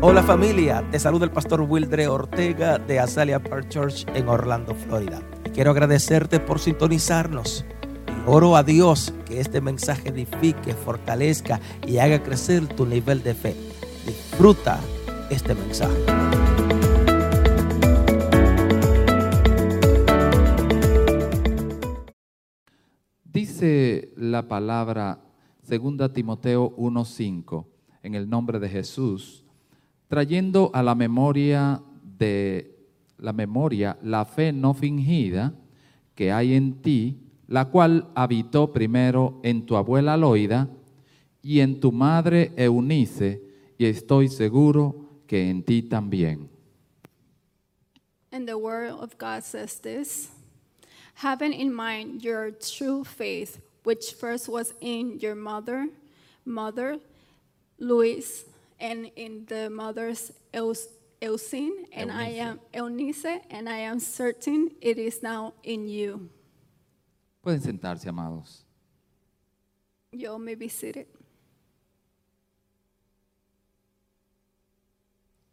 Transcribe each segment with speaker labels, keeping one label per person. Speaker 1: Hola familia, te saluda el pastor Wildre Ortega de Azalea Park Church en Orlando, Florida. Y quiero agradecerte por sintonizarnos. Y oro a Dios que este mensaje edifique, fortalezca y haga crecer tu nivel de fe. Disfruta este mensaje.
Speaker 2: Dice la palabra 2 Timoteo 1:5, en el nombre de Jesús, trayendo a la memoria de la memoria la fe no fingida que hay en ti, la cual habitó primero en tu abuela Loida y en tu madre Eunice, y estoy seguro que en ti también.
Speaker 3: And the Word of God says this Having in mind your true faith, which first was in your mother, mother, Louis, and in the mother's Eus- Eusine, and I am Eunice, and I am certain it is now in you.
Speaker 2: Pueden sentarse, amados.
Speaker 3: You all may be seated.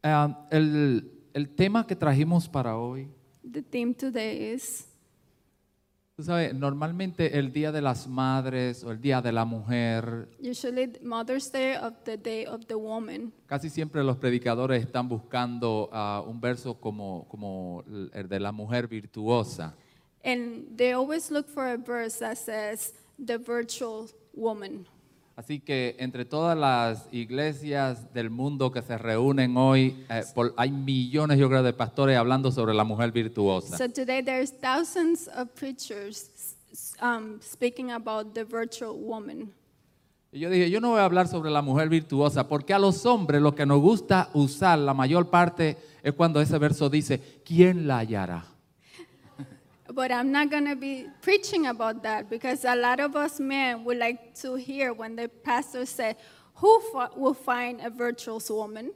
Speaker 2: Ah, el, el tema que trajimos para hoy,
Speaker 3: The theme today is
Speaker 2: tú sabes, normalmente el Día de las Madres o el Día de la Mujer,
Speaker 3: usually Mother's Day of the Day of the Woman.
Speaker 2: Casi siempre los predicadores están buscando ah, un verso como, como el de la mujer virtuosa.
Speaker 3: And they always look for a verse that says, the virtual woman.
Speaker 2: Así que entre todas las iglesias del mundo que se reúnen hoy, eh, por- hay millones, yo creo, de pastores hablando sobre la mujer virtuosa.
Speaker 3: So today there's thousands of preachers um, speaking about the virtual woman.
Speaker 2: Y yo dije, yo no voy a hablar sobre la mujer virtuosa, porque a los hombres lo que nos gusta usar la mayor parte es cuando ese verso dice, ¿quién la hallará?
Speaker 3: But I'm not going to be preaching about that because a lot of us men would like to hear when the pastor said, Who fi- will find a virtuous woman?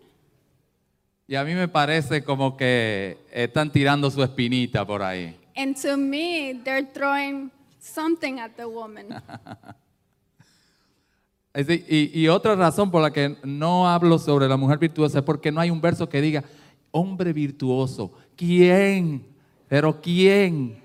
Speaker 2: Y a mí me parece como que están tirando su espinita por ahí.
Speaker 3: And to me, they're throwing something at the woman.
Speaker 2: Es de- Y, y otra razón por la que no hablo sobre la mujer virtuosa es porque no hay un verso que diga, hombre virtuoso, ¿quién? Pero ¿quién?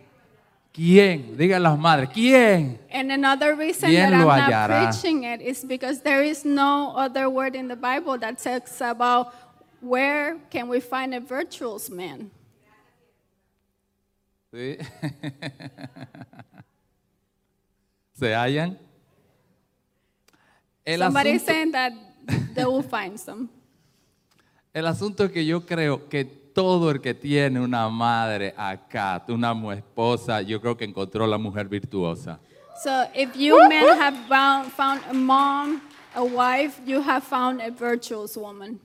Speaker 2: ¿Quién? Digan las madres, ¿quién?
Speaker 3: And another reason
Speaker 2: ¿Quién
Speaker 3: that I'm
Speaker 2: lo
Speaker 3: not
Speaker 2: hallará?
Speaker 3: preaching it is because there is no other word in the Bible that talks about where can we find a virtuous man.
Speaker 2: Sí. ¿Se hallan? El
Speaker 3: Somebody is
Speaker 2: asunto-
Speaker 3: saying that they will find some.
Speaker 2: El asunto es que yo creo que todo el que tiene una madre acá, una mu- esposa, yo creo que encontró la mujer virtuosa.
Speaker 3: So if you men have found, found a mom, a wife, you have found a virtuous woman.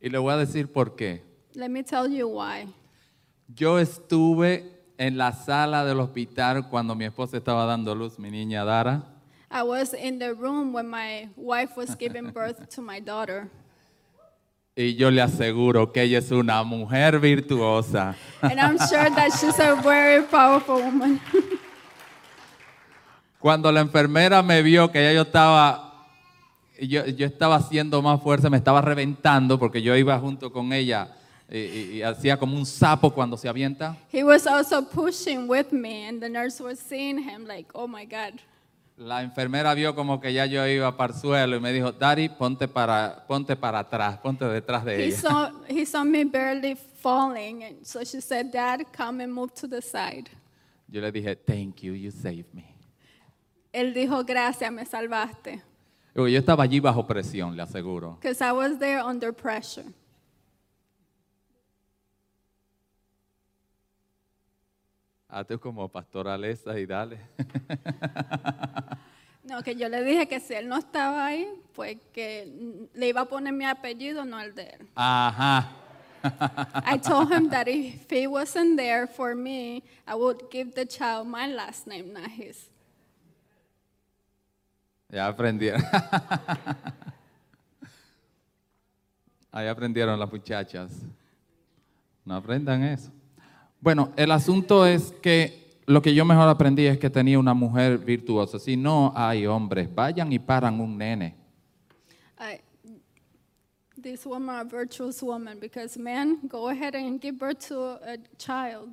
Speaker 2: Y le voy a decir por qué.
Speaker 3: Let me tell you why.
Speaker 2: Yo estuve en la sala del hospital cuando mi esposa estaba dando luz, mi niña Dara,
Speaker 3: I was in the room when my wife was giving birth to my daughter.
Speaker 2: y yo le aseguro que ella es una mujer virtuosa.
Speaker 3: And I'm sure that she's a very powerful woman.
Speaker 2: Cuando la enfermera me vio que ya yo estaba, yo, yo estaba haciendo más fuerza, me estaba reventando porque yo iba junto con ella y, y- y hacía como un sapo cuando se avienta.
Speaker 3: He was also pushing with me, and the nurse was seeing him like, oh my God.
Speaker 2: La enfermera vio como que ya yo iba para el suelo y me dijo, Dari, ponte para, ponte para atrás, ponte detrás de
Speaker 3: He
Speaker 2: ella.
Speaker 3: saw, he saw me barely falling, and so she said, Dad, come and move to the side.
Speaker 2: Yo le dije, thank you, you saved me.
Speaker 3: Él dijo, gracias, me salvaste.
Speaker 2: Yo yo estaba allí bajo presión, le aseguro.
Speaker 3: Because I was there under pressure.
Speaker 2: A Ah, tú como pastoraleza y dale.
Speaker 3: No, que yo le dije que si él no estaba ahí, pues que mm, le iba a poner mi apellido, no el de él.
Speaker 2: Ajá.
Speaker 3: I told him that if he wasn't there for me, I would give the child my last name, not his.
Speaker 2: Ya aprendieron. Ahí aprendieron las muchachas. No aprendan eso. Bueno, el asunto es que lo que yo mejor aprendí es que tenía una mujer virtuosa. Si no hay hombres, vayan y paran un nene.
Speaker 3: I, This woman, a virtuous woman, because men go ahead and give birth to a child.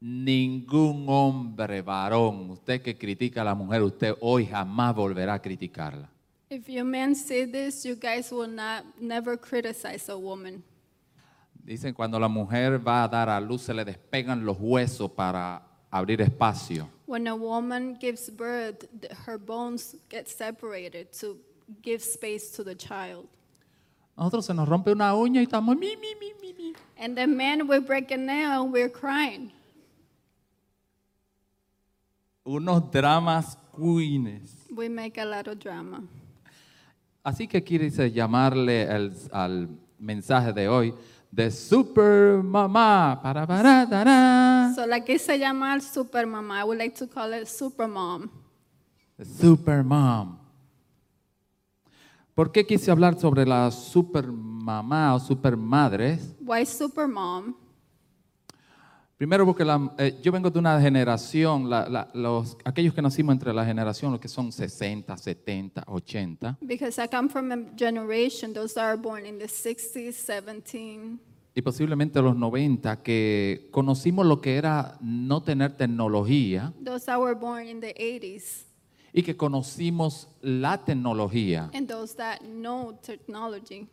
Speaker 2: Ningún hombre varón, usted que critica a la mujer, usted hoy jamás volverá a criticarla.
Speaker 3: If you men say this, you guys will not never criticize a woman.
Speaker 2: Dicen cuando la mujer va a dar a luz se le despegan los huesos para abrir espacio.
Speaker 3: When a woman gives birth, th- her bones get separated to give space to the child.
Speaker 2: Nosotros se nos rompe una uña y estamos mi mi mi mi mi.
Speaker 3: And the men will break a nail, we're crying.
Speaker 2: Unos dramas queens.
Speaker 3: We make a lot of drama.
Speaker 2: Así que quise llamarle al, al mensaje de hoy de super mamá para para dará.
Speaker 3: So, like se llama super mama, I would like to call it super mom.
Speaker 2: Super mom. ¿Por qué quise hablar sobre la super mamá o super madres?
Speaker 3: Why super mom?
Speaker 2: Primero porque la- eh, yo vengo de una generación, la- la- los, aquellos que nacimos entre la generación, los que son 60, 70, 80,
Speaker 3: Because I come from a generation, those that are born in the 60s, 17,
Speaker 2: y posiblemente los 90, que conocimos lo que era no tener tecnología
Speaker 3: those that were born in the 80s,
Speaker 2: y que conocimos la tecnología.
Speaker 3: and those that know technology.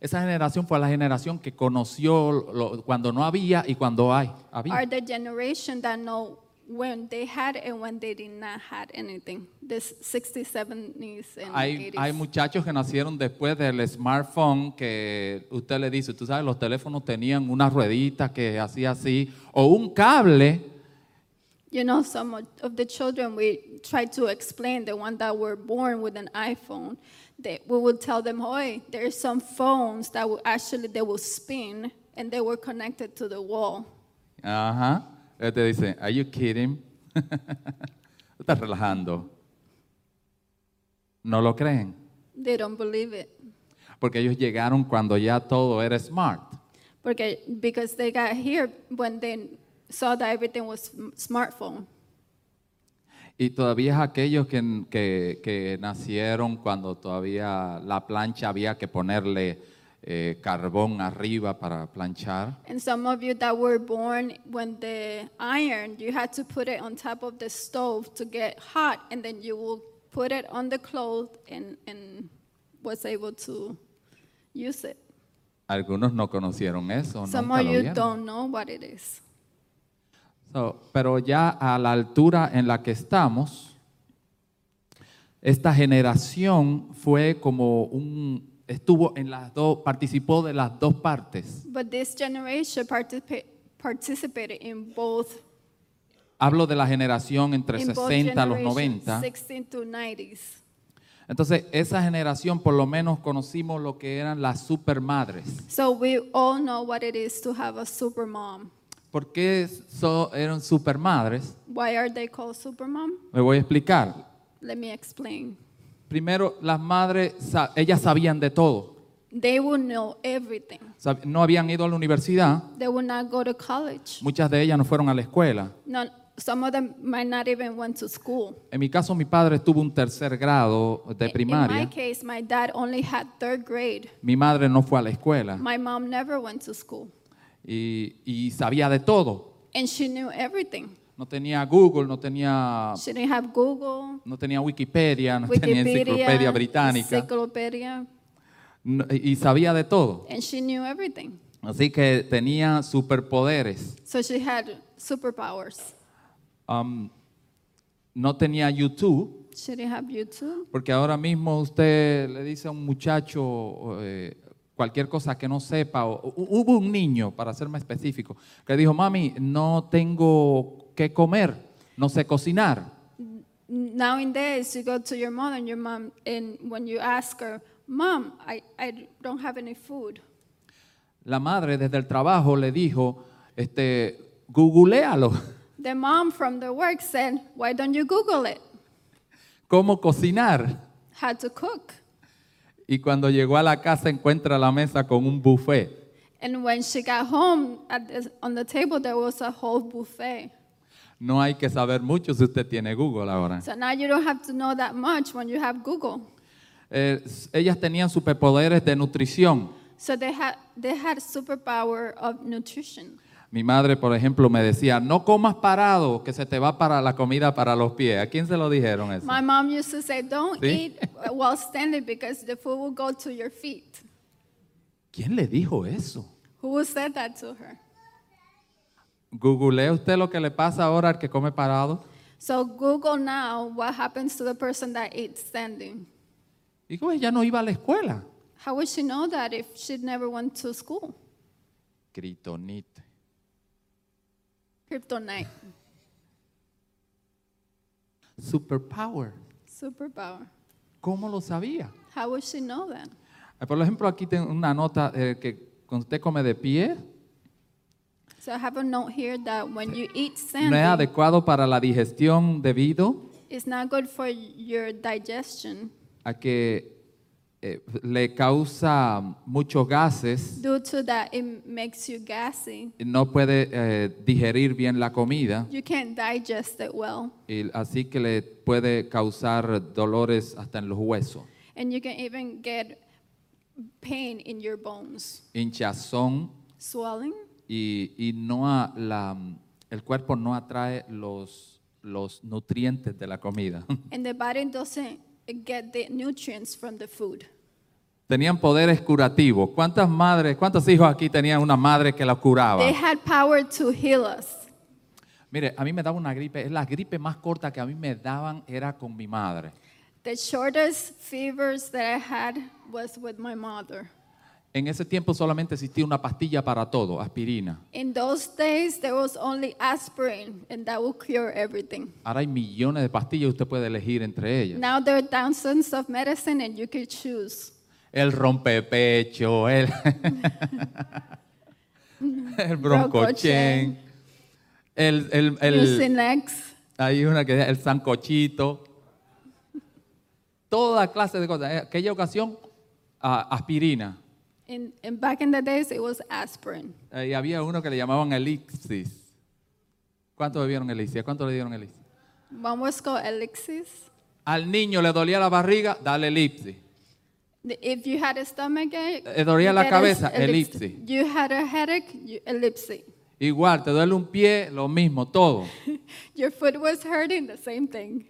Speaker 2: Esa generación fue la generación que conoció lo- cuando no había y cuando hay. Había.
Speaker 3: are the generation that know when they had and when they did not had anything. This 60s, 70s, and
Speaker 2: Hay,
Speaker 3: 80s.
Speaker 2: hay muchachos que nacieron después del smartphone que usted le dice, tú sabes, los teléfonos tenían una ruedita que hacía así, o un cable,
Speaker 3: you know, some of- of the children we try to explain the one that were born with an iPhone. They, we would tell them, "Hey, there are some phones that will actually they will spin and they were connected to the wall."
Speaker 2: ajá, Él te dice, are you kidding? Estás relajando. No lo creen,
Speaker 3: They don't believe it
Speaker 2: porque ellos llegaron cuando ya todo era smart.
Speaker 3: because because they got here when they saw that everything was m- smartphone.
Speaker 2: Y todavía es aquellos que, que- que nacieron cuando todavía la plancha había que ponerle eh, carbón arriba para planchar.
Speaker 3: And some of you that were born when the iron, you had to put it on top of the stove to get hot, and then you will put it on the clothes and, and was able to use it.
Speaker 2: Algunos no conocieron eso,
Speaker 3: Some
Speaker 2: nunca
Speaker 3: of
Speaker 2: lo
Speaker 3: you
Speaker 2: vieron.
Speaker 3: don't know what it is.
Speaker 2: So, pero ya a la altura en la que estamos, esta generación fue como un estuvo en las dos, participó de las dos partes.
Speaker 3: But this generation participa- participated in both,
Speaker 2: Hablo de la generación entre
Speaker 3: in both
Speaker 2: 60 a los
Speaker 3: generations,
Speaker 2: 90.
Speaker 3: 16 to 90s.
Speaker 2: Entonces, esa generación por lo menos conocimos lo que eran las supermadres.
Speaker 3: So we all know what it is to have a super mom.
Speaker 2: ¿Por qué so- eran supermadres?
Speaker 3: Why are they called super mom?
Speaker 2: Me voy a explicar.
Speaker 3: Let me explain.
Speaker 2: Primero, las madres, sa- ellas sabían de todo.
Speaker 3: They will know everything.
Speaker 2: Sab- No habían ido a la universidad,
Speaker 3: They will not go to college.
Speaker 2: muchas de ellas no fueron a la escuela.
Speaker 3: Not, some of them might not even went to school.
Speaker 2: En mi caso, mi padre tuvo un tercer grado de
Speaker 3: In my
Speaker 2: primaria.
Speaker 3: case, my dad only had third grade.
Speaker 2: Mi madre no fue a la escuela
Speaker 3: My mom never went to school,
Speaker 2: y, y sabía de todo.
Speaker 3: and she knew everything.
Speaker 2: No tenía Google, no tenía,
Speaker 3: She didn't have Google,
Speaker 2: no tenía Wikipedia, Ah. no tenía enciclopedia
Speaker 3: Wikipedia,
Speaker 2: británica.
Speaker 3: encyclopedia,
Speaker 2: No- y y sabía de todo.
Speaker 3: and she knew everything.
Speaker 2: Así que tenía superpoderes.
Speaker 3: So she had superpowers.
Speaker 2: Um, no tenía YouTube,
Speaker 3: She didn't have YouTube.
Speaker 2: porque ahora mismo usted le dice a un muchacho eh, cualquier cosa que no sepa. o- hu- hubo un niño, para ser más específico, que dijo, mami, no tengo que comer, no sé cocinar.
Speaker 3: Nowadays, you go to your mom and your mom, and when you ask her, "Mom, I, I don't have any food,"
Speaker 2: La madre desde el trabajo le dijo, este, googlealo,
Speaker 3: The mom from the work said, Why don't you Google it?
Speaker 2: cómo cocinar.
Speaker 3: How to cook.
Speaker 2: Y cuando llegó a la casa encuentra la mesa con un buffet.
Speaker 3: And when she got home, at the, on the table there was a whole buffet.
Speaker 2: No hay que saber mucho si usted tiene Google ahora.
Speaker 3: So now you don't have to know that much when you have Google.
Speaker 2: Eh, s- ellas tenían superpoderes de nutrición.
Speaker 3: So they had they had superpower of nutrition.
Speaker 2: Mi madre, por ejemplo, me decía, no comas parado, que se te va para la comida para los pies. ¿A quién se lo dijeron eso?
Speaker 3: My mom used to say, "Don't
Speaker 2: See?
Speaker 3: eat while standing because the food will go to your feet."
Speaker 2: ¿Quién le dijo eso?
Speaker 3: Who said that to her?
Speaker 2: ¿Googleé usted lo que le pasa ahora al que come parado?
Speaker 3: So Google now what happens to the person that eats standing.
Speaker 2: Y pues ya no iba a la escuela.
Speaker 3: How would she know that if she never went to school?
Speaker 2: Critonite.
Speaker 3: Kryptonite,
Speaker 2: Superpower.
Speaker 3: superpower.
Speaker 2: ¿Cómo lo sabía?
Speaker 3: How would she know that?
Speaker 2: Eh, Por ejemplo, aquí tengo una nota eh, que cuando usted come de pie,
Speaker 3: So I have a note here that when you eat
Speaker 2: no es
Speaker 3: standing,
Speaker 2: adecuado para la digestión debido
Speaker 3: it's not good for your digestion
Speaker 2: a que eh, le causa muchos gases,
Speaker 3: due to that it makes you gassy.
Speaker 2: no puede eh, digerir bien la comida,
Speaker 3: You can't digest it well,
Speaker 2: y así que le puede causar dolores hasta en los huesos,
Speaker 3: and you can even get pain in your bones,
Speaker 2: hinchazón
Speaker 3: swelling,
Speaker 2: y, y no a- la, el cuerpo no atrae los, los nutrientes de la comida.
Speaker 3: and the body doesn't get the nutrients from the food.
Speaker 2: Tenían poderes curativos. ¿Cuántas madres, cuántos hijos aquí tenían una madre que los curaba?
Speaker 3: They had power to heal us.
Speaker 2: Mire, a mí me daba una gripe, es la gripe más corta que a mí me daban era con mi madre.
Speaker 3: The shortest fevers that I had was with my mother.
Speaker 2: En ese tiempo solamente existía una pastilla para todo, aspirina.
Speaker 3: In those days, there was only aspirin, and that will cure everything.
Speaker 2: Ahora hay millones de pastillas, usted puede elegir entre ellas.
Speaker 3: Now there are thousands of medicine, and you can choose.
Speaker 2: El rompepecho, el, el broncochen, el, el, el-
Speaker 3: Mucinex,
Speaker 2: hay una que es el sancochito, toda clase de cosas. En aquella ocasión, ah, aspirina.
Speaker 3: and, and back in the days, it was aspirin.
Speaker 2: Eh, y había uno que le llamaban elixis. ¿Cuánto bebieron elixir? ¿Cuánto le dieron elixir?
Speaker 3: One was called Elixis.
Speaker 2: Al niño le dolía la barriga, dale elipsis.
Speaker 3: The- If you had a stomach ache,
Speaker 2: Eh, dolía la cabeza, elipsis.
Speaker 3: You had a headache, you, elipsis.
Speaker 2: Igual, te duele un pie, lo mismo, todo.
Speaker 3: Your foot was hurting, the same thing.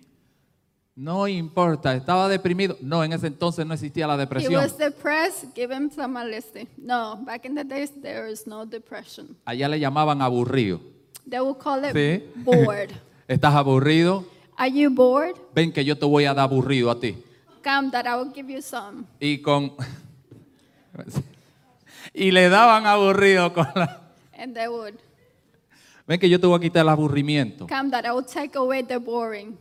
Speaker 2: No importa, estaba deprimido. No, en ese entonces no existía la
Speaker 3: He
Speaker 2: depresión.
Speaker 3: was depressed, give him some Alistin. No, back in the days, there is no depression.
Speaker 2: Allá le llamaban aburrido.
Speaker 3: They will call it
Speaker 2: Sí.
Speaker 3: bored.
Speaker 2: ¿Estás aburrido?
Speaker 3: Are you bored?
Speaker 2: Ven que yo te voy a dar aburrido a ti.
Speaker 3: Come, that I will give you some.
Speaker 2: Y con... y le daban aburrido con la...
Speaker 3: And they would.
Speaker 2: Ven que yo te voy a quitar el aburrimiento.
Speaker 3: Come, that I will take away the boring.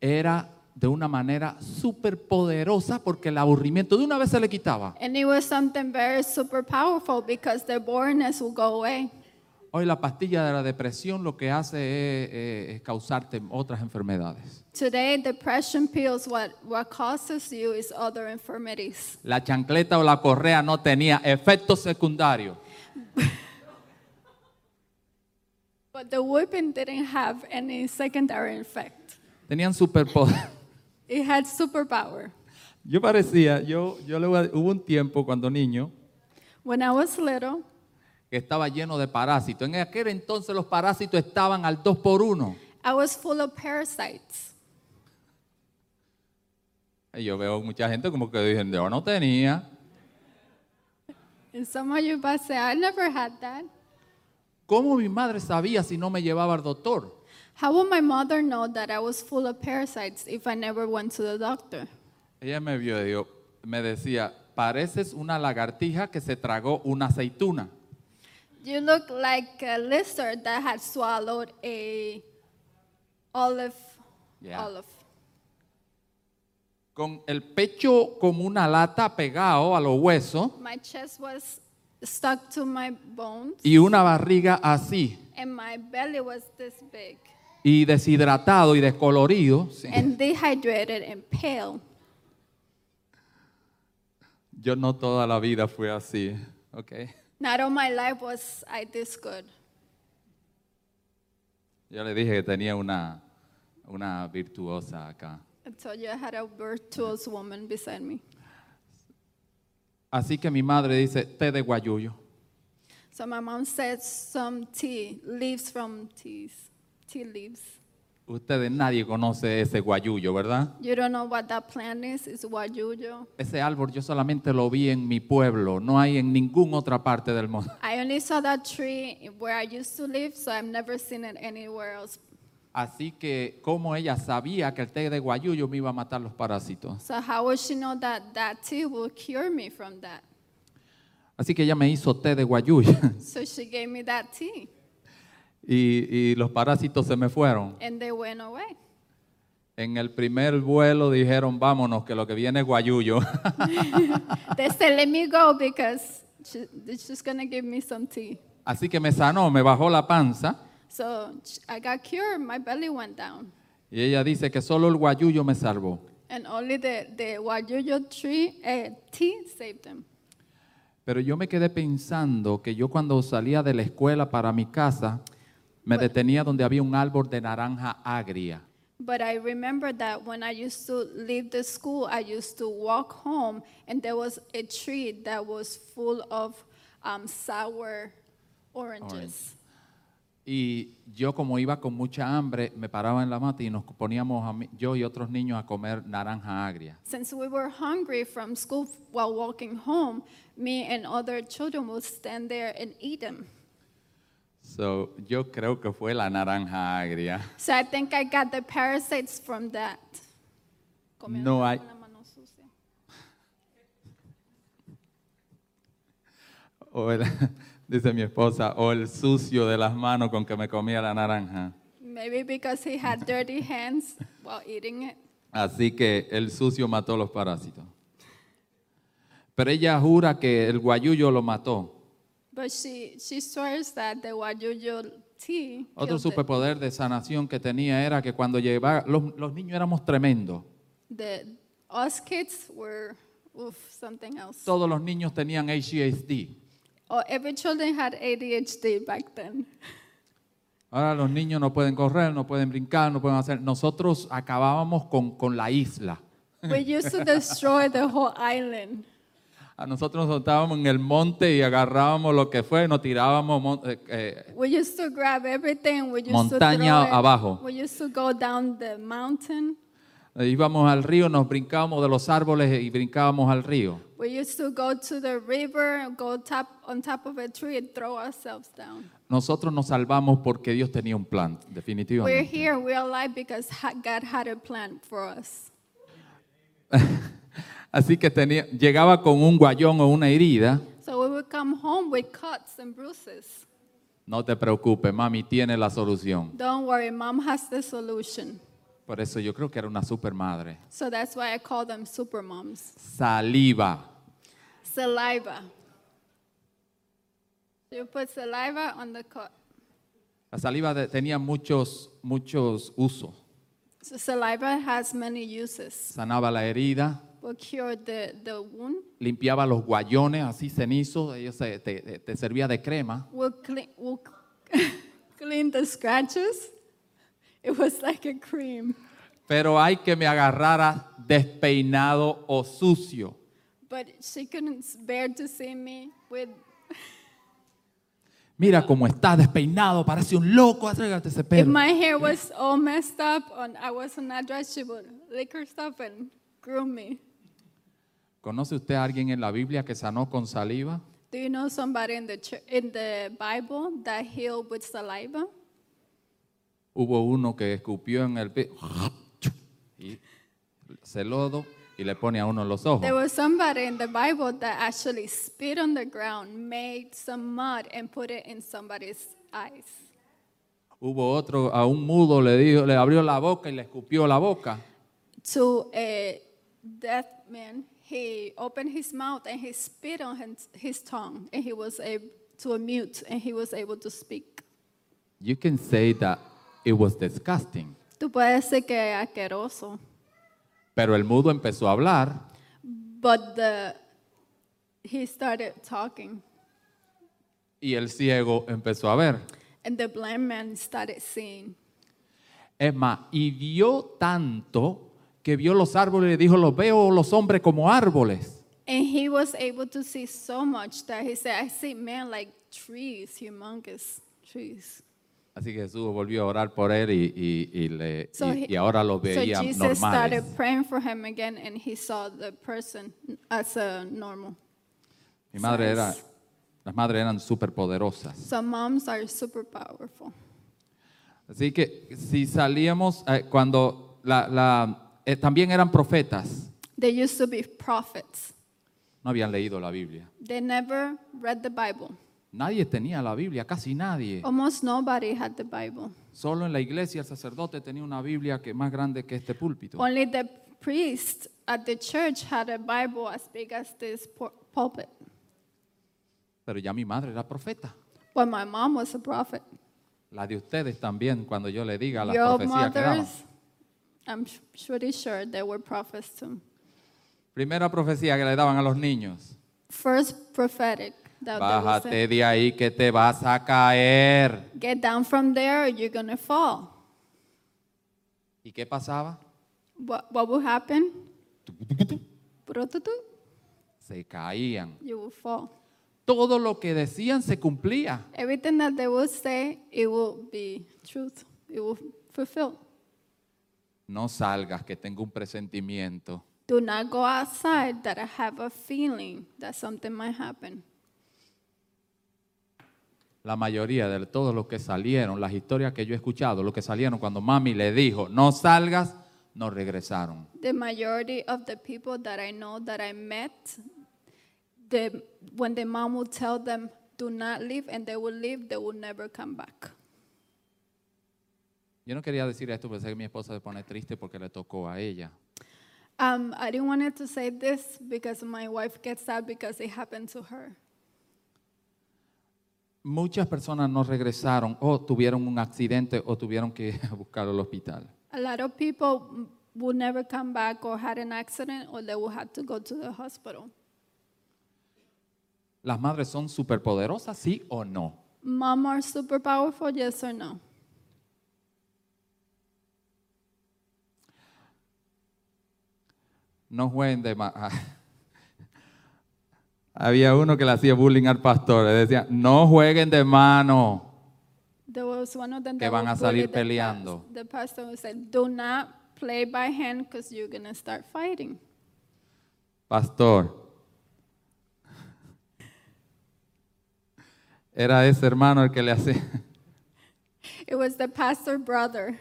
Speaker 2: Era de una manera súper poderosa porque el aburrimiento de una vez se le quitaba.
Speaker 3: And it was something very super powerful because the boringness will go away.
Speaker 2: Hoy la pastilla de la depresión lo que hace es, eh, es causarte otras enfermedades.
Speaker 3: Today, depression pills, what, what causes you is other infirmities.
Speaker 2: La chancleta o la correa no tenía efectos secundarios.
Speaker 3: But the whipping didn't have any secondary effect.
Speaker 2: Tenían superpoder.
Speaker 3: It had superpower.
Speaker 2: Yo parecía, yo, yo le voy a- hubo un tiempo cuando niño
Speaker 3: When I was little,
Speaker 2: que estaba lleno de parásitos. En aquel entonces los parásitos estaban al 2 por 1
Speaker 3: I was full of parasites.
Speaker 2: Y yo veo mucha gente como que dicen, yo no tenía.
Speaker 3: And some of you might say, I never had that.
Speaker 2: ¿Cómo mi madre sabía si no me llevaba al doctor?
Speaker 3: How will my mother know that I was full of parasites if I never went to the doctor?
Speaker 2: Ella me vio y dijo- me decía, pareces una lagartija que se tragó una aceituna.
Speaker 3: You look like a lizard that had swallowed a olive.
Speaker 2: Yeah.
Speaker 3: Olive.
Speaker 2: con el pecho como una lata pegado a los huesos
Speaker 3: My chest was stuck to my bones,
Speaker 2: y una barriga así
Speaker 3: and my belly was this big,
Speaker 2: y deshidratado y descolorido. Sí.
Speaker 3: and dehydrated and pale.
Speaker 2: Yo no toda la vida fui así, ¿ok?
Speaker 3: Not all my life was I this good.
Speaker 2: Yo le dije que tenía una, una virtuosa acá.
Speaker 3: I told you I had a virtuous woman beside me.
Speaker 2: Así que mi madre dice, té de guayuyo.
Speaker 3: So my mom said some tea, leaves from teas, tea leaves.
Speaker 2: Ustedes nadie conoce ese guayuyo, ¿verdad?
Speaker 3: You don't know what that plant is, it's guayuyo.
Speaker 2: Ese árbol yo solamente lo vi en mi pueblo, no hay en ninguna otra parte del mundo.
Speaker 3: I only saw that tree where I used to live, so I've never seen it anywhere else.
Speaker 2: Así que como ella sabía que el té de guayuyo me iba a matar los parásitos.
Speaker 3: So how would she know that that tea will cure me from that?
Speaker 2: Así que ella me hizo té de guayuyo
Speaker 3: So she gave me that tea,
Speaker 2: y, y los parásitos se me fueron.
Speaker 3: and they went away.
Speaker 2: En el primer vuelo dijeron, vámonos, que lo que viene es guayuyo.
Speaker 3: they said, "Let me go because she, she's gonna give me some tea."
Speaker 2: Así que me sanó, me bajó la panza.
Speaker 3: So sh- I got cured. My belly went down,
Speaker 2: Y ella dice que solo el guayuyo me salvó.
Speaker 3: and only the the guayuyo tree eh, tea saved them.
Speaker 2: Pero yo me quedé pensando que yo cuando salía de la escuela para mi casa, me detenía donde había un árbol de naranja agria.
Speaker 3: But I remember that when I used to leave the school, I used to walk home, and there was a tree that was full of um, sour oranges.
Speaker 2: Orange. Y yo como iba con mucha hambre, me paraba en la mata y nos poníamos, a mí- yo y otros niños, a comer naranja agria.
Speaker 3: Since we were hungry from school while walking home, me and other children would stand there and eat them.
Speaker 2: So, yo creo que fue la naranja agria.
Speaker 3: So I think I got the parasites from that.
Speaker 2: No hay- O el- dice mi esposa, o el sucio de las manos con que me comía la naranja.
Speaker 3: Maybe because he had dirty hands while eating it.
Speaker 2: Así que el sucio mató los parásitos. Pero ella jura que el guayuyo lo mató.
Speaker 3: But she, she swears that the guayuyo tea.
Speaker 2: Otro
Speaker 3: killed it.
Speaker 2: superpoder de sanación que tenía era que cuando llevaba, los, los niños éramos tremendos.
Speaker 3: The us kids were oof, something else.
Speaker 2: Todos los niños tenían ADHD.
Speaker 3: oh, every children had ADHD back then.
Speaker 2: Ahora los niños no pueden correr, no pueden brincar, no pueden hacer. Nosotros acabábamos con, con la isla.
Speaker 3: we used to destroy the whole island.
Speaker 2: A nosotros nos soltábamos en el monte y agarrábamos lo que fue, nos tirábamos mon- eh, eh,
Speaker 3: We used to grab everything. We used to
Speaker 2: Montaña
Speaker 3: throw it.
Speaker 2: abajo.
Speaker 3: We used to go down the mountain.
Speaker 2: Eh, Íbamos al río, nos brincábamos de los árboles y brincábamos al río.
Speaker 3: We used to go to the river, go top on top of a tree and throw ourselves down.
Speaker 2: Nosotros nos salvamos porque Dios tenía un plan,
Speaker 3: We're
Speaker 2: definitivamente.
Speaker 3: here, we're alive because ha- God had a plan for us.
Speaker 2: Así que tenía, llegaba con un guayón o una herida.
Speaker 3: So we would come home with cuts and bruises.
Speaker 2: No te preocupes, mami tiene la solución.
Speaker 3: Don't worry, mom has the solution.
Speaker 2: Por eso yo creo que era una super madre.
Speaker 3: So that's why I call them super moms.
Speaker 2: Saliva.
Speaker 3: Saliva. You put saliva on the cut.
Speaker 2: La saliva de- tenía muchos, muchos usos.
Speaker 3: So saliva has many uses.
Speaker 2: Sanaba la herida,
Speaker 3: Will cure the, the wound.
Speaker 2: limpiaba los guayones así cenizos, ellos se- te- te- te servía de crema.
Speaker 3: We'll clean, we'll clean the scratches. It was like a cream.
Speaker 2: pero hay que me agarrara despeinado o sucio.
Speaker 3: But she couldn't bear to see me with.
Speaker 2: Mira cómo está despeinado, parece un loco, atrégate ese
Speaker 3: If
Speaker 2: pelo.
Speaker 3: my hair was all messed up and I wasn't dressed, she would lick her stuff and groom me.
Speaker 2: ¿Conoce usted a alguien en la Biblia que sanó con saliva?
Speaker 3: Do you know somebody in the chur- in the Bible that healed with saliva?
Speaker 2: Hubo uno que escupió en el pi- y se lodo y le pone a uno en los ojos.
Speaker 3: There was somebody in the Bible that actually spit on the ground, made some mud, and put it in somebody's eyes.
Speaker 2: Hubo otro, a un mudo le, dijo, le abrió la boca y le escupió la boca.
Speaker 3: to a deaf man, he opened his mouth and he spit on his, his tongue, and he was able to a mute, and he was able to speak.
Speaker 2: You can say that it was disgusting.
Speaker 3: Tú puedes decir que es asqueroso,
Speaker 2: Pero el mudo empezó a hablar
Speaker 3: but the he started talking,
Speaker 2: y el ciego empezó a ver.
Speaker 3: and the blind man started seeing.
Speaker 2: Es más, y vio tanto que vio los árboles y le dijo, los veo los hombres como árboles.
Speaker 3: And he was able to see so much that he said, I see men like trees, humongous trees.
Speaker 2: Así que Jesús volvió a orar por él y, y- y le-
Speaker 3: So
Speaker 2: y-
Speaker 3: he-
Speaker 2: y ahora los
Speaker 3: So
Speaker 2: veía
Speaker 3: Jesus
Speaker 2: normales.
Speaker 3: started praying for him again and he saw the person as a normal.
Speaker 2: Mi madre era,
Speaker 3: size.
Speaker 2: las madres eran súper poderosas.
Speaker 3: So moms are super powerful.
Speaker 2: Así que si salíamos, eh, cuando la, la- eh, también eran profetas,
Speaker 3: They used to be prophets.
Speaker 2: no habían leído la Biblia.
Speaker 3: They never read the Bible.
Speaker 2: Nadie tenía la Biblia, casi nadie.
Speaker 3: Almost nobody had the Bible.
Speaker 2: Solo en la iglesia el sacerdote tenía una Biblia que más grande que este púlpito.
Speaker 3: Only the priest at the church had a Bible as big as this pul- pulpit.
Speaker 2: Pero ya mi madre era profeta.
Speaker 3: But my mom was a prophet.
Speaker 2: La de ustedes también, cuando yo le diga las
Speaker 3: Your
Speaker 2: profecías que daban.
Speaker 3: mothers, I'm s- pretty sure they were prophets too.
Speaker 2: Primera profecía que le daban a los niños.
Speaker 3: First prophetic that they would say,
Speaker 2: Bájate de ahí que te vas a caer.
Speaker 3: get down from there or you're gonna fall.
Speaker 2: ¿Y qué pasaba?
Speaker 3: What, what will happen? Brututu,
Speaker 2: Se caían.
Speaker 3: You will fall.
Speaker 2: Todo lo que decían se cumplía.
Speaker 3: Everything that they will say, it will be truth. It will fulfill.
Speaker 2: No salgas, que tengo un presentimiento.
Speaker 3: Do not go outside that I have a feeling that something might happen.
Speaker 2: La mayoría de todos los que salieron, las historias que yo he escuchado, los que salieron cuando mami le dijo, no salgas, no regresaron.
Speaker 3: The majority of the people that I know that I met, the, when the mom will tell them, do not leave, and they will leave, they will never come back.
Speaker 2: Yo no quería decir esto, pensé que mi esposa se pone triste porque le tocó a ella.
Speaker 3: Um, I didn't want to say this because my wife gets sad because it happened to her.
Speaker 2: Muchas personas no regresaron o tuvieron un accidente o tuvieron que buscar al hospital.
Speaker 3: A lot of people mm, will never come back or had an accident or they will have to go to the hospital.
Speaker 2: ¿Las madres son superpoderosas, sí o no?
Speaker 3: Mom are super powerful, yes or no?
Speaker 2: No jueguen de ma- Había uno que le hacía bullying al pastor, le decía, no jueguen de mano.
Speaker 3: There was one of them
Speaker 2: Que
Speaker 3: that
Speaker 2: van a
Speaker 3: would bully
Speaker 2: salir
Speaker 3: the pas-
Speaker 2: peleando.
Speaker 3: The pastor would say, "Do not play by hand, because you're gonna start fighting."
Speaker 2: Pastor. Era ese hermano el que le hacía.
Speaker 3: It was the pastor brother.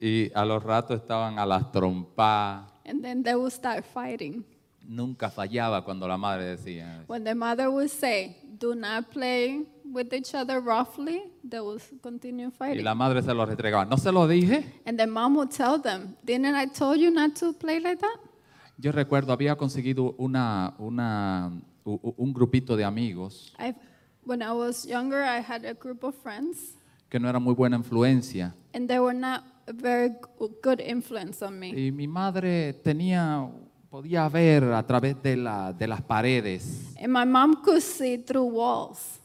Speaker 2: Y a los ratos estaban a las trompas.
Speaker 3: And then they will start fighting.
Speaker 2: Nunca fallaba cuando la madre decía.
Speaker 3: When the mother would say, "Do not play with each other roughly," they will s- continue
Speaker 2: Y
Speaker 3: fighting.
Speaker 2: la madre se lo retregaba. ¿No se lo dije?
Speaker 3: And the mom would tell them, Didn't I tell you not to play like that?
Speaker 2: Yo recuerdo, había conseguido una, una, u- u- un grupito de amigos
Speaker 3: I, when I was younger, I had a group of friends,
Speaker 2: que no era muy buena influencia.
Speaker 3: and they were not a very g- good influence on me.
Speaker 2: Y mi madre tenía, podía ver a través de, la, de las paredes.
Speaker 3: And my mom could see through walls.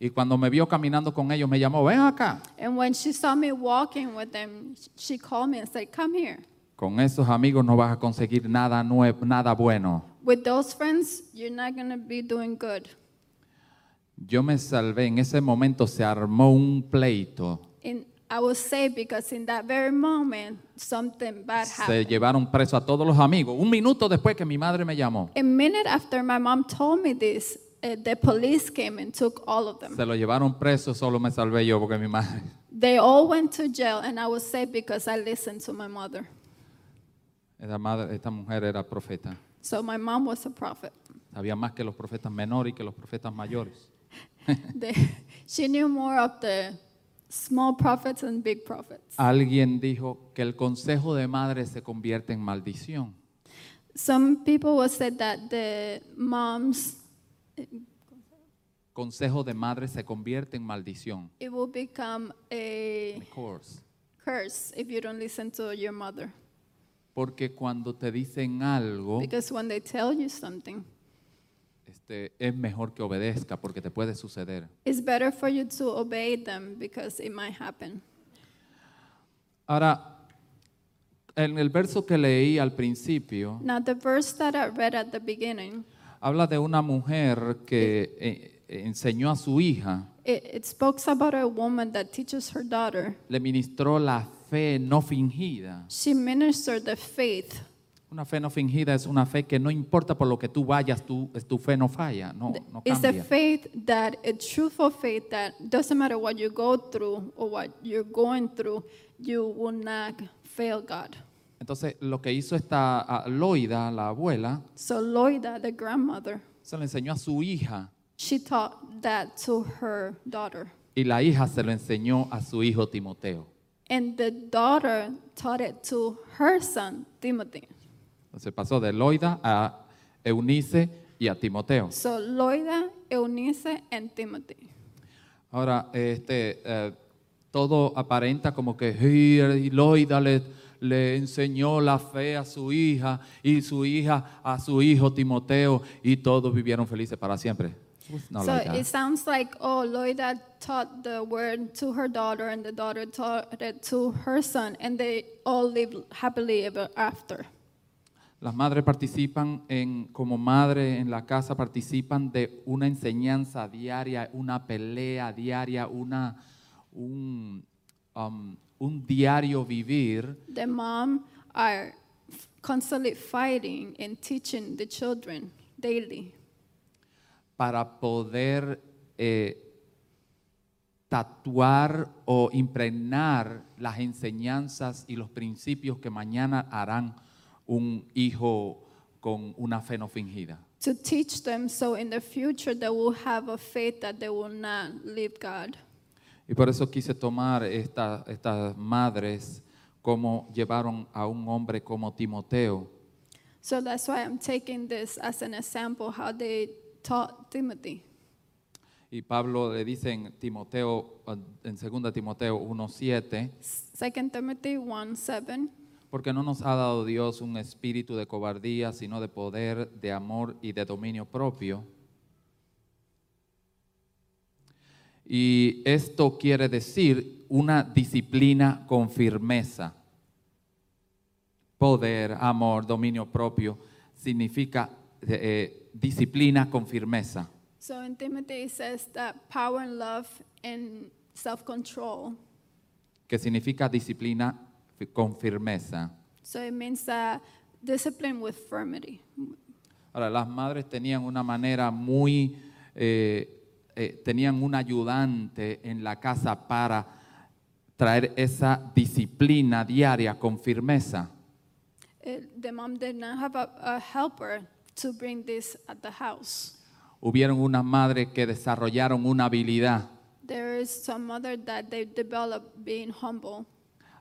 Speaker 2: Y cuando me vio caminando con ellos, me llamó, ven acá.
Speaker 3: And when she saw me walking with them, sh- she called me and said, Come here.
Speaker 2: Con esos amigos no vas a conseguir nada nuevo, nada bueno.
Speaker 3: With those friends, you're not going to be doing good.
Speaker 2: Yo me salvé, en ese momento se armó un pleito.
Speaker 3: And I was saved because in that very moment, something bad
Speaker 2: Se
Speaker 3: happened.
Speaker 2: llevaron preso a todos los amigos. Un minuto después que mi madre me llamó,
Speaker 3: A minute after my mom told me this, uh, the police came and took all of them.
Speaker 2: se lo llevaron preso, solo me salvé yo porque mi madre.
Speaker 3: They all went to jail, and I was saved because I listened to my mother.
Speaker 2: Esa madre- esta mujer era profeta.
Speaker 3: So my mom was a prophet.
Speaker 2: Sabía más que los profetas menores y que los profetas mayores.
Speaker 3: They- she knew more of the small prophets and big prophets.
Speaker 2: Alguien dijo que el consejo de madre se convierte en maldición.
Speaker 3: Some people will say that the moms,
Speaker 2: Consejo de madre se convierte en maldición.
Speaker 3: it will become a
Speaker 2: Of course.
Speaker 3: curse if you don't listen to your mother.
Speaker 2: Porque cuando te dicen algo,
Speaker 3: Because when they tell you something,
Speaker 2: este, es mejor que obedezca porque te puede suceder.
Speaker 3: it's better for you to obey them because it might happen.
Speaker 2: Ahora, en el verso que leí al principio,
Speaker 3: Now, the verse that I read at the beginning,
Speaker 2: habla de una mujer que eh, enseñó a su hija,
Speaker 3: it, it speaks about a woman that teaches her daughter.
Speaker 2: le ministró la fe no fingida.
Speaker 3: She ministered the faith.
Speaker 2: Una fe no fingida es una fe que no importa por lo que tú vayas, tú, es tu fe no falla, no, no
Speaker 3: It's the
Speaker 2: Oh, cambia.
Speaker 3: faith that a truthful faith that doesn't matter what you go through or what you're going through, you will not fail God.
Speaker 2: Entonces, lo que hizo esta ah, Loida, la abuela,
Speaker 3: So Loida, the grandmother,
Speaker 2: se lo enseñó a su hija
Speaker 3: she taught that to her daughter.
Speaker 2: y la hija se lo enseñó a su hijo Timoteo.
Speaker 3: And the daughter taught it to her son, Timothy.
Speaker 2: Entonces pasó de Loida a Eunice y a Timoteo.
Speaker 3: So Loida, Eunice, and Timothy.
Speaker 2: Ahora, este, eh, todo aparenta como que "Hey, y Loida le, le enseñó la fe a su hija y su hija a su hijo Timoteo y todos vivieron felices para siempre. It's not
Speaker 3: so
Speaker 2: like that.
Speaker 3: it sounds like, oh, Loida taught the word to her daughter, and the daughter taught it to her son, and they all lived happily ever after.
Speaker 2: Las madres participan en, como madre en la casa, participan de una enseñanza diaria, una pelea diaria, una, un, um, un diario vivir
Speaker 3: The mom are f- constantly fighting and teaching the children daily
Speaker 2: para poder eh, tatuar o impregnar las enseñanzas y los principios que mañana harán un hijo con una fe no fingida.
Speaker 3: to teach them so in the future they will have a faith that they will not leave God.
Speaker 2: Y por eso quise tomar esta- estas madres como llevaron a un hombre como Timoteo,
Speaker 3: So that's why I'm taking this as an example how they taught Timothy.
Speaker 2: y Pablo le dice en Timoteo, en 2 Timoteo 1.7,
Speaker 3: 2 Timothy 1 7.
Speaker 2: porque no nos ha dado Dios un espíritu de cobardía, sino de poder, de amor y de dominio propio. Y esto quiere decir una disciplina con firmeza. Poder, amor, dominio propio significa eh, disciplina con firmeza.
Speaker 3: So in Timothy it says that power and love and self control.
Speaker 2: que significa disciplina fi- con firmeza.
Speaker 3: So it means that discipline with firmity.
Speaker 2: Ahora, las madres tenían una manera muy, eh, eh, tenían un ayudante en la casa para traer esa disciplina diaria con firmeza.
Speaker 3: It- the mom did not have a, a helper to bring this at the house.
Speaker 2: Hubieron unas madres que desarrollaron una habilidad
Speaker 3: There is some mother that they develop being humble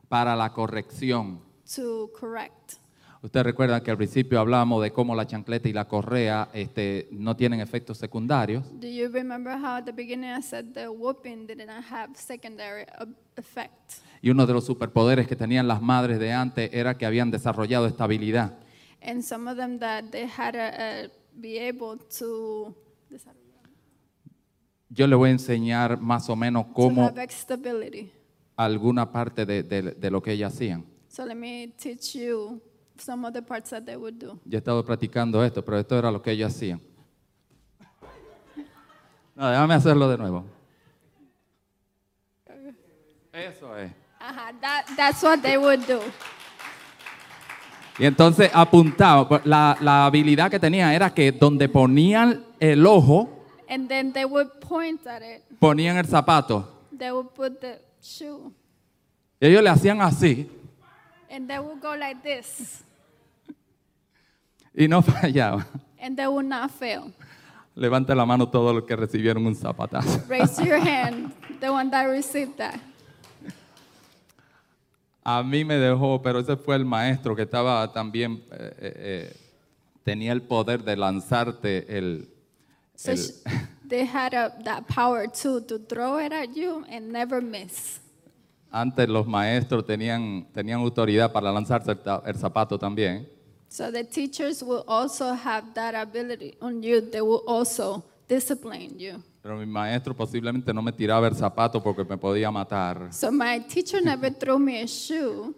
Speaker 2: para la corrección.
Speaker 3: to correct.
Speaker 2: Usted recuerda que al principio hablamos de cómo la chancleta y la correa este, no tienen efectos secundarios.
Speaker 3: Do you remember how at the beginning I said the whooping did not have secondary ob- effect?
Speaker 2: Y uno de los superpoderes que tenían las madres de antes era que habían desarrollado esta habilidad.
Speaker 3: And some of them that they had to uh, be able to,
Speaker 2: Yo le voy a enseñar más o menos
Speaker 3: to
Speaker 2: cómo
Speaker 3: have stability.
Speaker 2: alguna parte de, de- de lo que ellas hacían.
Speaker 3: So let me teach you some of the parts that they would do.
Speaker 2: Yo he estado practicando esto, pero esto era lo que ellas hacían. No, déjame hacerlo de nuevo. Eso es.
Speaker 3: Uh-huh, that, that's what they would do.
Speaker 2: Y entonces apuntaba, pues, la, la habilidad que tenía era que donde ponían el ojo,
Speaker 3: And then they would point at it.
Speaker 2: ponían el zapato.
Speaker 3: They would put the shoe.
Speaker 2: Y ellos le hacían así
Speaker 3: And they would go like this.
Speaker 2: y no fallaban.
Speaker 3: And they will not fail.
Speaker 2: Levante la mano todos los que recibieron un zapatazo.
Speaker 3: Raise your hand, the one that received that.
Speaker 2: A mí me dejó, pero ese fue el maestro que estaba también, eh, eh, eh, tenía el poder de lanzarte el...
Speaker 3: So
Speaker 2: el-
Speaker 3: sh they had a, that power too to throw it at you and never miss.
Speaker 2: antes los maestros tenían, tenían autoridad para lanzarse el, ta- el zapato también.
Speaker 3: So the teachers will also have that ability on you. They will also discipline you.
Speaker 2: Pero mi maestro posiblemente no me tiraba el zapato porque me podía matar.
Speaker 3: So my teacher never threw me a shoe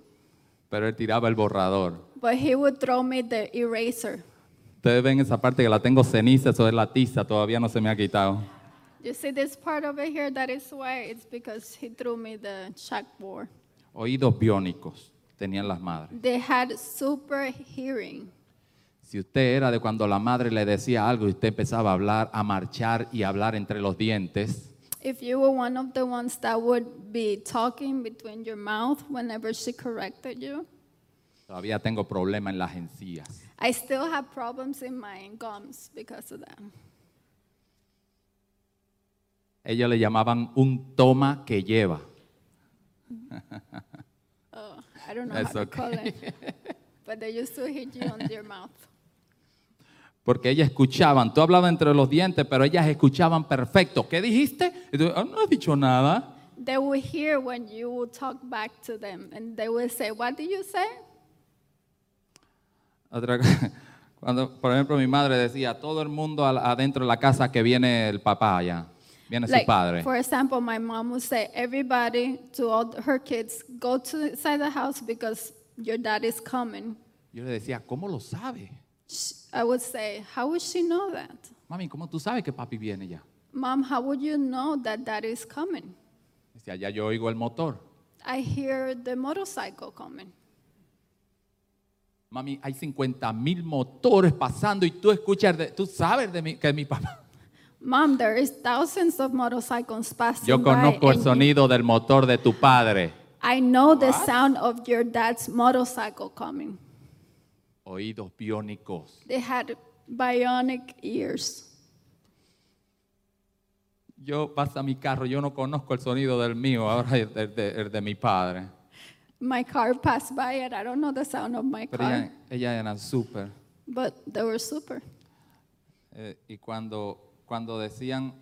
Speaker 2: pero él tiraba el borrador.
Speaker 3: but he would throw me the eraser.
Speaker 2: Ustedes ven esa parte que la tengo ceniza, eso es la tiza, todavía no se me ha quitado.
Speaker 3: You see this part over here? That is why it's because he threw me the chalkboard.
Speaker 2: Oídos biónicos tenían las madres.
Speaker 3: They had super hearing.
Speaker 2: Si usted era de cuando la madre le decía algo y usted empezaba a hablar, a marchar y a hablar entre los dientes,
Speaker 3: If you were one of the ones that would be talking between your mouth whenever she corrected you,
Speaker 2: todavía tengo problema en las encías.
Speaker 3: I still have problems in my gums because of that.
Speaker 2: Ellos le llamaban un toma que lleva.
Speaker 3: Oh, I don't know
Speaker 2: That's
Speaker 3: how to
Speaker 2: okay.
Speaker 3: call it. But they used to hit you on your mouth.
Speaker 2: Porque ellas escuchaban, tú hablabas entre los dientes, pero ellas escuchaban perfecto. ¿Qué dijiste? Y tú, "Ah, no he dicho nada.
Speaker 3: They would hear when you would talk back to them and they would say, What did you say?
Speaker 2: Otra cosa, cuando, por ejemplo, mi madre decía, todo el mundo al- adentro de la casa que viene el papá ya, viene su padre.
Speaker 3: for example, my mom would say, Everybody to all her kids, go to inside the house because your dad is coming.
Speaker 2: Yo le decía, ¿cómo lo sabe?
Speaker 3: Sh- I would say, How would she know that?
Speaker 2: Mami, ¿cómo tú sabes que papi viene ya?
Speaker 3: Mom, how would you know that dad is coming?
Speaker 2: Decía, ya yo oigo el motor.
Speaker 3: I hear the motorcycle coming.
Speaker 2: Mami, hay 50 mil motores pasando y tú escuchas, de- tú sabes de mi- que mi papá.
Speaker 3: Mom, there is thousands of motorcycles passing
Speaker 2: Yo conozco
Speaker 3: by.
Speaker 2: el
Speaker 3: and you-
Speaker 2: sonido del motor de tu padre.
Speaker 3: I know the sound of your dad's motorcycle coming.
Speaker 2: Oídos biónicos.
Speaker 3: They had bionic ears.
Speaker 2: Yo pasa mi carro, yo no conozco el sonido del mío, ahora el de, el de- el de mi padre.
Speaker 3: My car passed by and I don't know the sound of my
Speaker 2: Pero
Speaker 3: car,
Speaker 2: ella, ella era súper.
Speaker 3: but they were super.
Speaker 2: Eh, y cuando, cuando decían,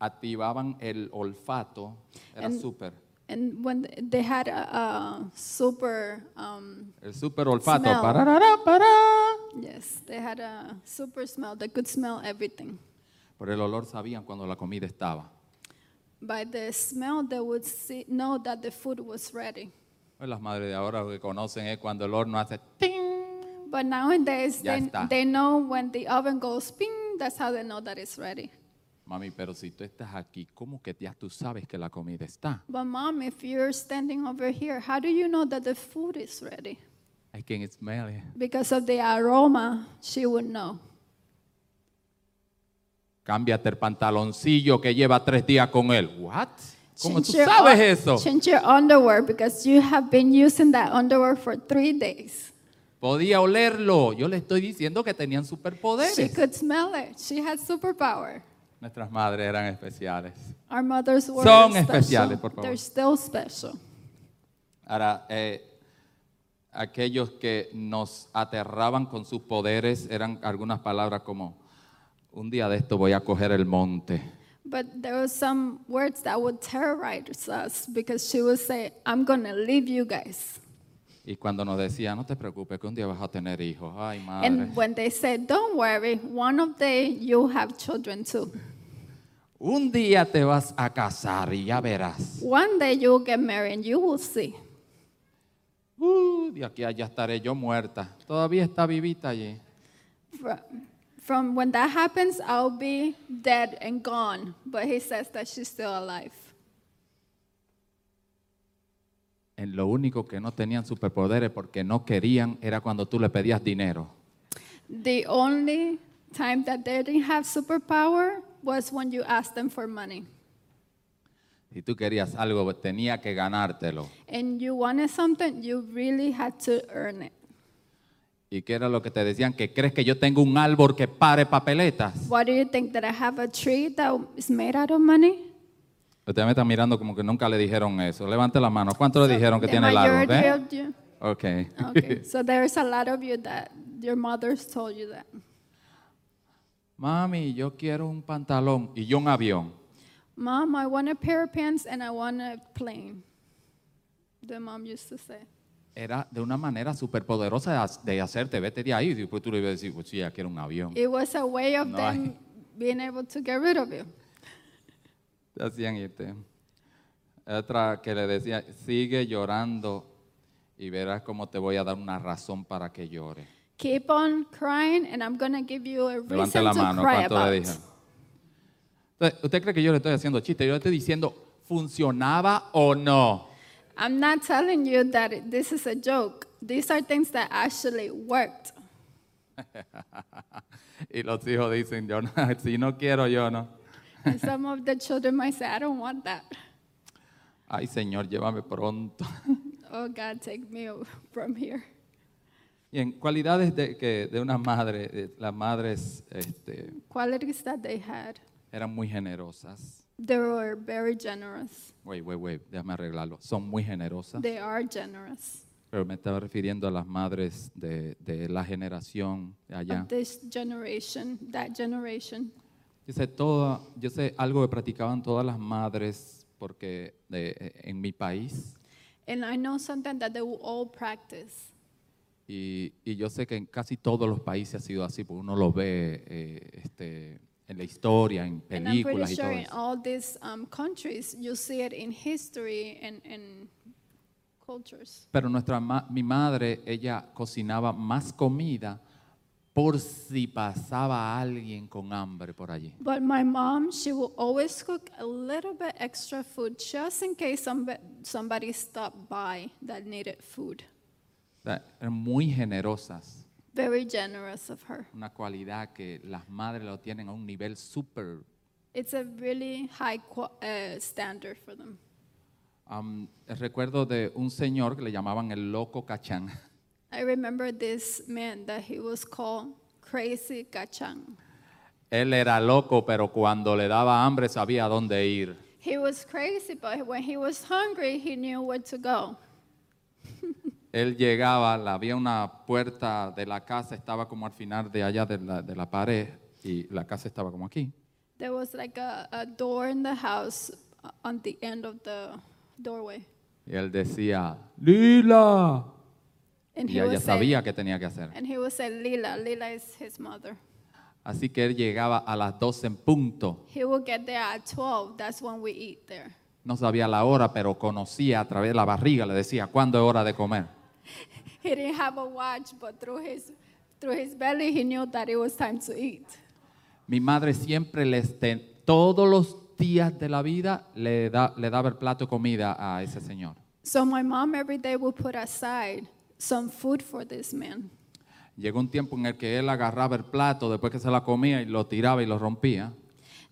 Speaker 2: activaban el olfato, era
Speaker 3: En-
Speaker 2: súper.
Speaker 3: And when they had a, a super, um,
Speaker 2: El súper olfato.
Speaker 3: Smell.
Speaker 2: pararara, pará.
Speaker 3: yes, they had a super smell. They could smell everything.
Speaker 2: Por el olor sabían cuando la comida estaba.
Speaker 3: By the smell, they would see, know that the food was ready.
Speaker 2: Pues las madres de ahora lo que conocen es cuando el horno hace ting.
Speaker 3: But nowadays,
Speaker 2: Ya
Speaker 3: they,
Speaker 2: está.
Speaker 3: they know when the oven goes ping, that's how they know that it's ready.
Speaker 2: Mami, pero si tú estás aquí, ¿cómo que ya tú sabes que la comida está?
Speaker 3: But mom, if you're standing over here, how do you know that the food is ready?
Speaker 2: I can smell it.
Speaker 3: Because of the aroma, she would know.
Speaker 2: Cámbiate el pantaloncillo que lleva tres días con él. What? ¿Cómo tú
Speaker 3: Change your
Speaker 2: sabes
Speaker 3: un-
Speaker 2: eso?
Speaker 3: Change your underwear because you have been using that underwear for three days.
Speaker 2: Podía olerlo. Yo le estoy diciendo que tenían
Speaker 3: She
Speaker 2: superpoderes.
Speaker 3: could smell it. She had superpower.
Speaker 2: Nuestras madres eran especiales.
Speaker 3: Our mothers were
Speaker 2: Son
Speaker 3: special.
Speaker 2: especiales, por favor.
Speaker 3: They're still special.
Speaker 2: Ahora, eh, aquellos que nos aterraban con sus poderes eran algunas palabras como, un día de esto voy a coger el monte.
Speaker 3: But there were some words that would terrorize us because she would say, I'm going to leave you guys.
Speaker 2: Y cuando nos decía, no te preocupes, que un día vas a tener hijos. Ay, madre.
Speaker 3: And when they said, Don't worry, one of day you'll have children too.
Speaker 2: Un día te vas a casar y ya verás.
Speaker 3: One day you'll get married and you will see.
Speaker 2: Uh, de aquí a allá estaré yo muerta. Todavía está vivita allí.
Speaker 3: From, from when that happens, I'll be dead and gone. But he says that she's still alive.
Speaker 2: En lo único que no tenían superpoderes porque no querían era cuando tú le pedías dinero.
Speaker 3: The only time that they didn't have superpower was when you asked them for money.
Speaker 2: Si tú querías algo, tenía que ganártelo.
Speaker 3: And you wanted something, you really had to earn it.
Speaker 2: ¿Y qué era lo que te decían? ¿Que crees que yo tengo un árbol que pare papeletas?
Speaker 3: Why do you think that I have a tree that is made out of money?
Speaker 2: Usted me está mirando como que nunca le dijeron eso. Levante la mano. ¿Cuántos le dijeron que
Speaker 3: The
Speaker 2: tiene el árbol? ¿eh?
Speaker 3: majority
Speaker 2: ¿Ve?
Speaker 3: of you-
Speaker 2: Ok.
Speaker 3: Okay, so there's a lot of you that your mothers told you that.
Speaker 2: Mami, yo quiero un pantalón y yo un avión.
Speaker 3: Mom, I want a pair of pants and I want a plane. The mom used to say.
Speaker 2: Era de una manera súper poderosa de ha- de hacerte, vete de ahí. Y después tú le ibas a decir, pues sí, ya quiero un avión.
Speaker 3: It was a way of
Speaker 2: No, I-
Speaker 3: them being able to get rid of you.
Speaker 2: Te hacían irte. Otra que le decía, sigue llorando. Y y verás cómo te voy a dar una razón para que llore.
Speaker 3: Keep on crying, and I'm going to give you a
Speaker 2: Levante
Speaker 3: reason
Speaker 2: la
Speaker 3: to
Speaker 2: mano,
Speaker 3: cry
Speaker 2: ¿cuánto le
Speaker 3: about.
Speaker 2: dijeron? Entonces, ¿Usted cree que yo le estoy haciendo chiste? Yo le estoy diciendo, ¿funcionaba o no?
Speaker 3: I'm not telling you that it- this is a joke. These are things that actually worked.
Speaker 2: Y los hijos dicen, yo no, si no quiero, yo no.
Speaker 3: And some of the children might say, I don't want that.
Speaker 2: Ay, Señor, llévame pronto.
Speaker 3: Oh, God, take me from here.
Speaker 2: Y en cualidades de, que, de una madre, eh, las madres este,
Speaker 3: Qualities that they had.
Speaker 2: eran muy generosas.
Speaker 3: They were very generous.
Speaker 2: Wait, wait, wait, déjame arreglarlo. Son muy generosas.
Speaker 3: They are generous.
Speaker 2: Pero me estaba refiriendo a las madres de, de la generación de allá.
Speaker 3: Of this generation, that generation.
Speaker 2: Yo sé, toda, yo sé algo que practicaban todas las madres porque de- eh, en mi país
Speaker 3: And I know something that they will all practice.
Speaker 2: y, y yo sé que en casi todos los países ha sido así, porque uno lo ve eh, este, en la historia, en
Speaker 3: And I'm
Speaker 2: películas
Speaker 3: pretty
Speaker 2: y todo
Speaker 3: sure in
Speaker 2: eso.
Speaker 3: all these um, countries, you see it in history and, and cultures.
Speaker 2: Pero nuestra ma- mi madre, ella cocinaba más comida por si pasaba alguien con hambre por allí.
Speaker 3: But my mom, she will always cook a little bit extra food just in case somebody, somebody stopped by that needed food.
Speaker 2: O sea, eran muy generosas.
Speaker 3: Very generous of her.
Speaker 2: Una cualidad que las madres lo tienen a un nivel súper
Speaker 3: It's a really high qua uh, standard for them.
Speaker 2: Am, recuerdo de un señor que le llamaban el loco cachán.
Speaker 3: I remember this man that he was called Crazy Kachang.
Speaker 2: Él era loco, pero cuando le daba hambre sabía a dónde ir.
Speaker 3: He was crazy, but when he was hungry, he knew where to go.
Speaker 2: Él llegaba, la- había una puerta de la casa, estaba como al final de allá de la, de la pared y la casa estaba como aquí.
Speaker 3: There was like a, a door in the house uh, on the end of the doorway.
Speaker 2: Y él decía, Lila.
Speaker 3: And
Speaker 2: Y
Speaker 3: he,
Speaker 2: ella
Speaker 3: would say,
Speaker 2: sabía qué tenía que hacer.
Speaker 3: and he would say, Lila. Lila is his mother.
Speaker 2: Así que él llegaba a las 12 en punto.
Speaker 3: He would get there at 12. That's when we eat there.
Speaker 2: No sabía la hora, pero conocía a través de la barriga, le decía, ¿cuándo es hora de comer?
Speaker 3: He didn't have a watch, but through his, through his belly, he knew that it was time to eat.
Speaker 2: Mi madre siempre les ten- todos los días de la vida le, da- le daba el plato de comida a ese señor.
Speaker 3: So my mom every day would put aside some food for this man.
Speaker 2: Llegó un tiempo en el que él agarraba el plato después que se la comía y lo tiraba y lo rompía.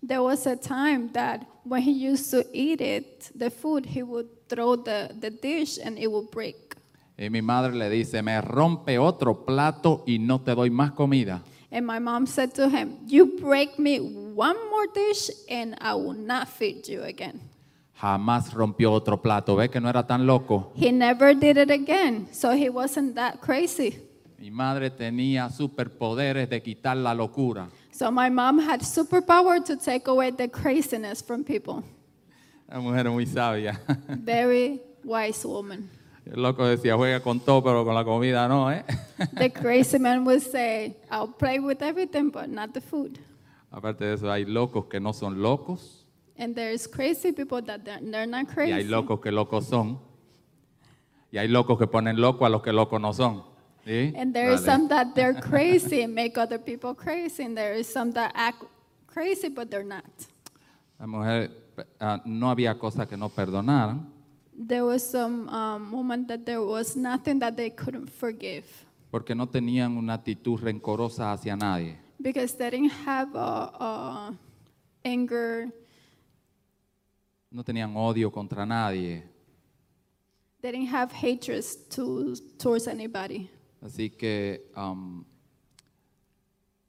Speaker 3: There was a time that when he used to eat it, the food, he would throw the, the dish and it would break.
Speaker 2: Y mi madre le dice, me rompe otro plato y no te doy más comida.
Speaker 3: And my mom said to him, You break me one more dish and I will not feed you again.
Speaker 2: Jamás rompió otro plato. ¿Ves que no era tan loco?
Speaker 3: He never did it again, so he wasn't that crazy.
Speaker 2: Mi madre tenía superpoderes de quitar la locura.
Speaker 3: So my mom had superpower to take away the craziness from people.
Speaker 2: Una mujer muy sabia.
Speaker 3: Very wise woman.
Speaker 2: El loco decía, juega con todo, pero con la comida no, ¿eh?
Speaker 3: The crazy man would say, I'll play with everything, but not the food.
Speaker 2: Aparte de eso, hay locos que no son locos
Speaker 3: And there's crazy people that they're, they're not
Speaker 2: y hay
Speaker 3: crazy.
Speaker 2: locos que locos son. Y hay locos que ponen loco a los que locos no son. ¿sí?
Speaker 3: And there is
Speaker 2: Dale.
Speaker 3: some that they're crazy and make other people crazy. And there is some that act crazy, but they're not.
Speaker 2: La mujer ah, no había cosa que no perdonaran.
Speaker 3: There was some um, moment that there was nothing that they couldn't forgive
Speaker 2: porque no tenían una actitud rencorosa hacia nadie.
Speaker 3: because they didn't have a, a anger.
Speaker 2: No tenían odio contra nadie.
Speaker 3: They didn't have hatred to, towards anybody.
Speaker 2: Así que am,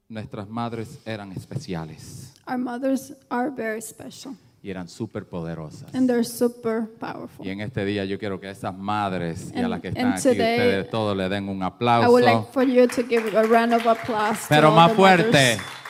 Speaker 2: nuestras madres eran especiales
Speaker 3: Our mothers are very special
Speaker 2: y eran súper poderosas.
Speaker 3: and they're super powerful.
Speaker 2: Y en este día yo quiero que a esas madres y a
Speaker 3: And-
Speaker 2: las que
Speaker 3: and
Speaker 2: están aquí,
Speaker 3: today-
Speaker 2: ustedes todos le den un
Speaker 3: I
Speaker 2: aplauso.
Speaker 3: would like for you to give a round of applause. to
Speaker 2: Pero
Speaker 3: all
Speaker 2: más
Speaker 3: the mothers.
Speaker 2: fuerte.